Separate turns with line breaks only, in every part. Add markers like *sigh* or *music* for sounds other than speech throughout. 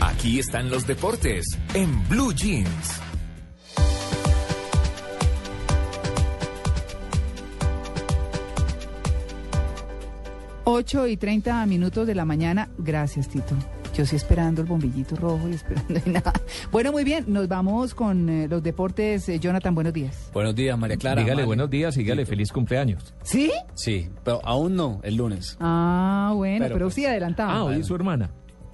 Aquí están los deportes en Blue Jeans.
Ocho y 30 minutos de la mañana. Gracias, Tito. Yo sí esperando el bombillito rojo y esperando y nada. Bueno, muy bien, nos vamos con eh, los deportes. Eh, Jonathan, buenos días.
Buenos días, María Clara.
Dígale
Mario.
buenos días y dígale feliz cumpleaños.
¿Sí?
Sí, pero aún no, el lunes.
Ah, bueno, pero,
Pero, pues,
sí, adelantado.
Ah, hoy
bueno.
es su hermana,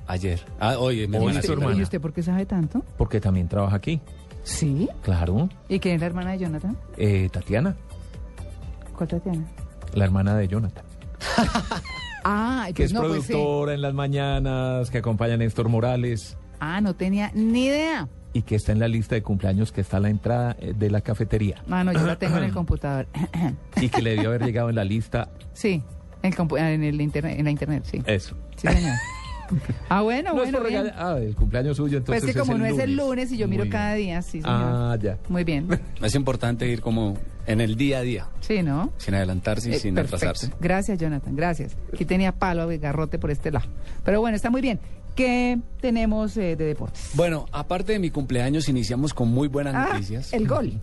Ayer. Ah, oye, mi
Hoy
hermana.
es su
sí,
¿Y
hermana.
usted por qué sabe tanto?
porque también trabaja aquí.
Sí.
Claro,
¿Y quién es la hermana de Jonathan?
eh, Tatiana,
¿Cuál Tatiana?
la hermana de Jonathan,
Ah,
que
pues
es
no, pues sí.
productora en las mañanas, que acompaña a Néstor Morales
Ah, no tenía ni idea.
y que está en la lista de cumpleaños que está a la entrada eh, de la cafetería
Ah, no, yo la tengo
*clears throat*
en el computador.
y que le debió haber *laughs* llegado en la lista.
sí, en, compu- en, el internet, en la internet, sí.
Eso. *laughs*
Sí, señor. Ah, bueno,
No es
bueno.
por
bien.
regala- Ah, el cumpleaños suyo,
Pues
entonces.
que como
el
no es el lunes y yo miro
Muy
cada
bien.
día, sí, señor.
Ah, ya. *laughs*
Muy bien.
Es importante ir como en el día a día,
Sí, ¿no?
sin adelantarse y
Eh,
sin
perfecto.
atrasarse.
Gracias, Jonathan, gracias. Aquí tenía palo de garrote por este lado. Pero bueno, está muy bien. ¿Qué tenemos eh, de deportes?
Bueno, aparte de mi cumpleaños, iniciamos con muy buenas
Ah,
noticias.
el gol.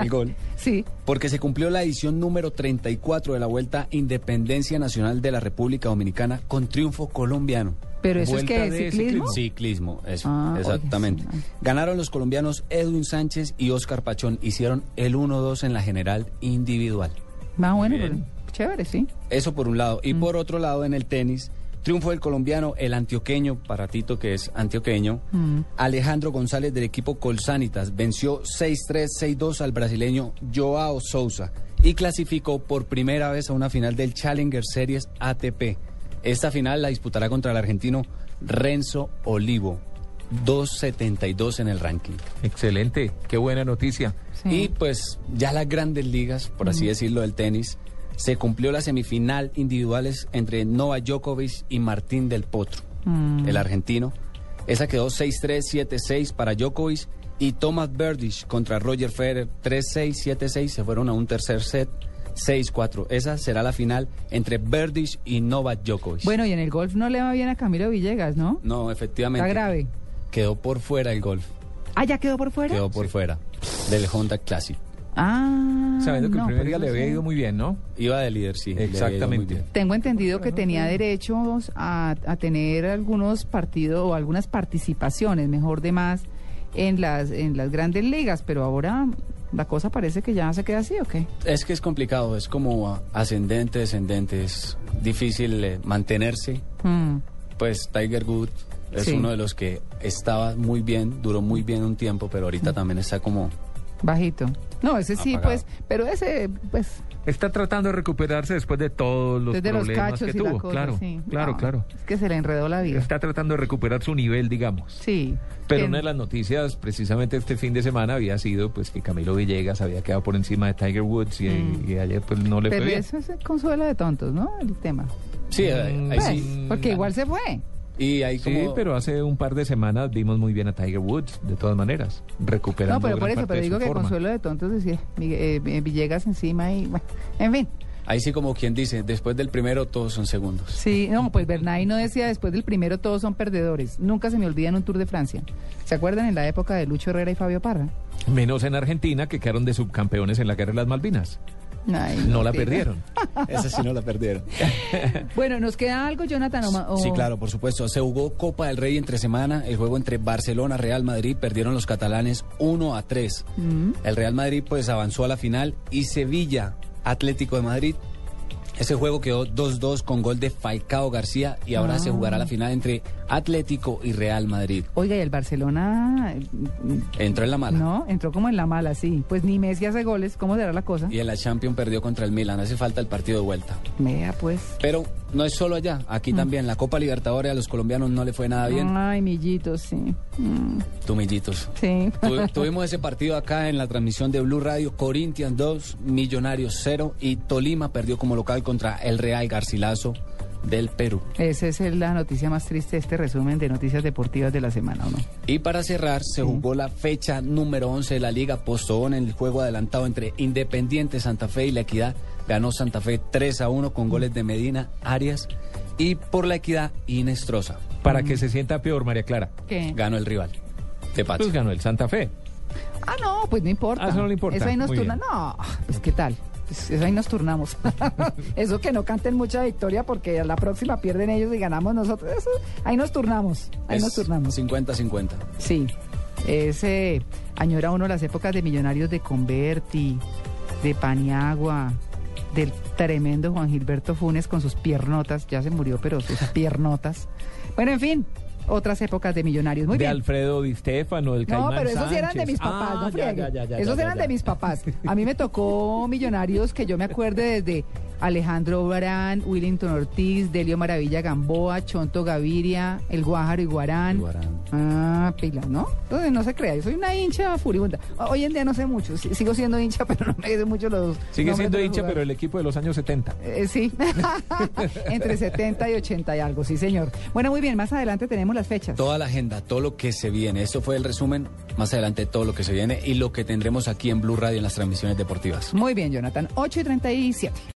el gol.
Sí.
Porque se cumplió la edición número 34 de la Vuelta Independencia Nacional de la República Dominicana con triunfo colombiano.
Pero eso es
Vuelta
que es
de
ciclismo.
Ciclismo, eso,
Oh. Ah,
exactamente.
oye, sí,
Ganaron los colombianos Edwin Sánchez y Oscar Pachón. Hicieron el 1-2 en la general individual.
Más Ah, bueno,
Bien.
pero chévere, sí.
Eso por un lado. Y por otro lado, en el tenis, triunfo del colombiano, el antioqueño, para Tito que es antioqueño,
Mm.
Alejandro González del equipo Colsanitas, venció 6-3, 6-2 al brasileño Joao Sousa y clasificó por primera vez a una final del Challenger Series ATP. Esta final la disputará contra el argentino Renzo Olivo, 2.72 en el ranking.
Excelente, qué buena noticia.
Sí.
Y pues ya las grandes ligas, por así decirlo, del tenis, se cumplió la semifinal individuales entre Novak Djokovic y Martín del Potro,
Mm.
el argentino. Esa quedó 6-3, 7-6 para Djokovic y Thomas Berdych contra Roger Federer 3-6, 7-6, se fueron a un tercer set 6-4. Esa será la final entre Berdych y Novak Djokovic.
Bueno, y en el golf no le va bien a Camilo Villegas, ¿no?
no, efectivamente.
Está grave.
Quedó por fuera el golf,
Ah, ya quedó por fuera.
quedó por fuera del Honda Classic.
Ah.
Sabiendo que
no,
en primer
por
día
eso
le había
sí.
ido muy bien, ¿no?
Iba de líder, sí. le había ido muy
Exactamente.
bien.
Tengo entendido que tenía derechos a, a tener algunos partidos o algunas participaciones, mejor de más, en las, en las grandes ligas, pero ahora la cosa parece que ya se queda así, ¿o qué?
Es que es complicado, es como ah, ascendente, descendente, es difícil eh, mantenerse.
Mm,
Pues Tiger Good es
Sí.
uno de los que estaba muy bien, duró muy bien un tiempo,
Mm.
pero ahorita también está como...
bajito. No, ese sí,
Apagado.
pues, pero ese, pues,
Está tratando de recuperarse después de todos los
desde los
problemas
cachos
que
y
tuvo.
la cosa,
claro,
sí. Ah,
claro,
No,
claro.
Es que se le enredó la vida.
Está tratando de recuperar su nivel, digamos.
Sí.
Pero
que-
una de las noticias precisamente este fin de semana había sido pues que Camilo Villegas había quedado por encima de Tiger Woods y,
Mm.
y ayer pues no le
Pero
fue bien.
eso es consuelo de tontos, ¿no? El tema.
Sí, eh, ahí,
Mm,
Pues,
sí.
porque igual se fue.
Y ahí
Sí,
como...
pero hace un par de semanas vimos muy bien a Tiger Woods, de todas maneras, recuperando
No, pero por
gran
eso,
parte
pero
de
digo
su
que
forma.
consuelo de tontos decía Miguel- eh, Villegas encima y, bueno, en fin.
Ahí sí como quien dice, después del primero todos son segundos.
Sí, no, pues Bernay no decía después del primero todos son perdedores. Nunca se me olvida en un Tour de Francia. ¿Se acuerdan en la época de Lucho Herrera y Fabio Parra?
Menos en Argentina, que quedaron de subcampeones en la guerra de las Malvinas.
Ay,
No la
mentira.
perdieron.
*laughs* Esa sí no la perdieron.
*laughs* Bueno, ¿nos queda algo, Jonathan? o ma- o-
*laughs* Sí, claro, por supuesto. Se jugó Copa del Rey entre semana. El juego entre Barcelona, Real Madrid, perdieron los catalanes 1 a 3.
Mm.
El Real Madrid pues avanzó a la final y Sevilla, Atlético de Madrid. Ese juego quedó 2-2 con gol de Falcao García y ahora
Ah.
se jugará la final entre Atlético y Real Madrid.
Oiga, y el Barcelona. eh,
Entró en la mala.
No, entró como en la mala, sí. Pues ni Messi hace goles, ¿cómo será la cosa?
Y en la Champions perdió contra el Milan. Hace falta el partido de vuelta.
Mea, pues.
Pero no es solo allá,
Mm.
aquí también. La Copa Libertadores a los colombianos no le fue nada bien.
Ay, millito, sí. Mm,
Tumillitos.
sí. *laughs*
Tu- Tuvimos ese partido acá en la transmisión de Blue Radio, Corinthians 2, Millonarios 0 y Tolima perdió como local contra el Real Garcilaso del Perú.
Esa es la noticia más triste, este resumen de noticias deportivas de la semana, ¿o no?
Y para cerrar, se jugó la fecha número 11 de la Liga Postobón en el juego adelantado entre Independiente Santa Fe y La Equidad. Ganó Santa Fe 3 a 1 con goles de Medina, Arias y por La Equidad, Inestrosa.
Para que se sienta peor, María Clara.
¿Qué?
Ganó el rival. De Pacho.
Pues ganó el Santa Fe.
Ah, no, pues no importa.
Ah, eso no le importa.
Esa ahí nos
Muy
turna.
bien.
No, pues qué tal. Pues, eso ahí nos turnamos. *laughs* eso que no canten mucha victoria porque a la próxima pierden ellos y ganamos nosotros. Eso, ahí nos turnamos. Ahí nos
Es
turnamos.
50-50.
Sí. Ese añora uno las épocas de millonarios de Converti, de Paniagua, del tremendo Juan Gilberto Funes con sus piernotas. Ya se murió,
*laughs*
pero sus piernotas. Bueno, en fin, otras épocas de millonarios. Muy
de
bien.
Alfredo Di Stefano, del
No,
Caimán
pero esos sí eran de
Sánchez.
mis papás,
Ah,
no
ya,
friegue.
ya, ya, ya,
esos
ya,
eran
ya.
de mis papás. A mí me tocó Millonarios que yo me acuerde desde Alejandro Brán, Willington Ortiz, Delio Maravilla Gamboa, Chonto Gaviria, El Guájaro Iguarán.
Iguarán.
Ah, pila, ¿no? Entonces no se crea, yo soy una hincha furibunda. O- Hoy en día no sé mucho, si- sigo siendo hincha, *laughs* pero no me dicen mucho los.
Sigue
nombres
siendo
de los
hincha,
jugadores.
pero el equipo de los años 70.
Eh, sí, *laughs* entre 70 y 80 y algo, sí, señor. Bueno, muy bien, más adelante tenemos las fechas.
Toda la agenda, todo lo que se viene. Esto fue el resumen. Más adelante todo lo que se viene y lo que tendremos aquí en Blue Radio en las transmisiones deportivas.
Muy bien, Jonathan, 8 y 37.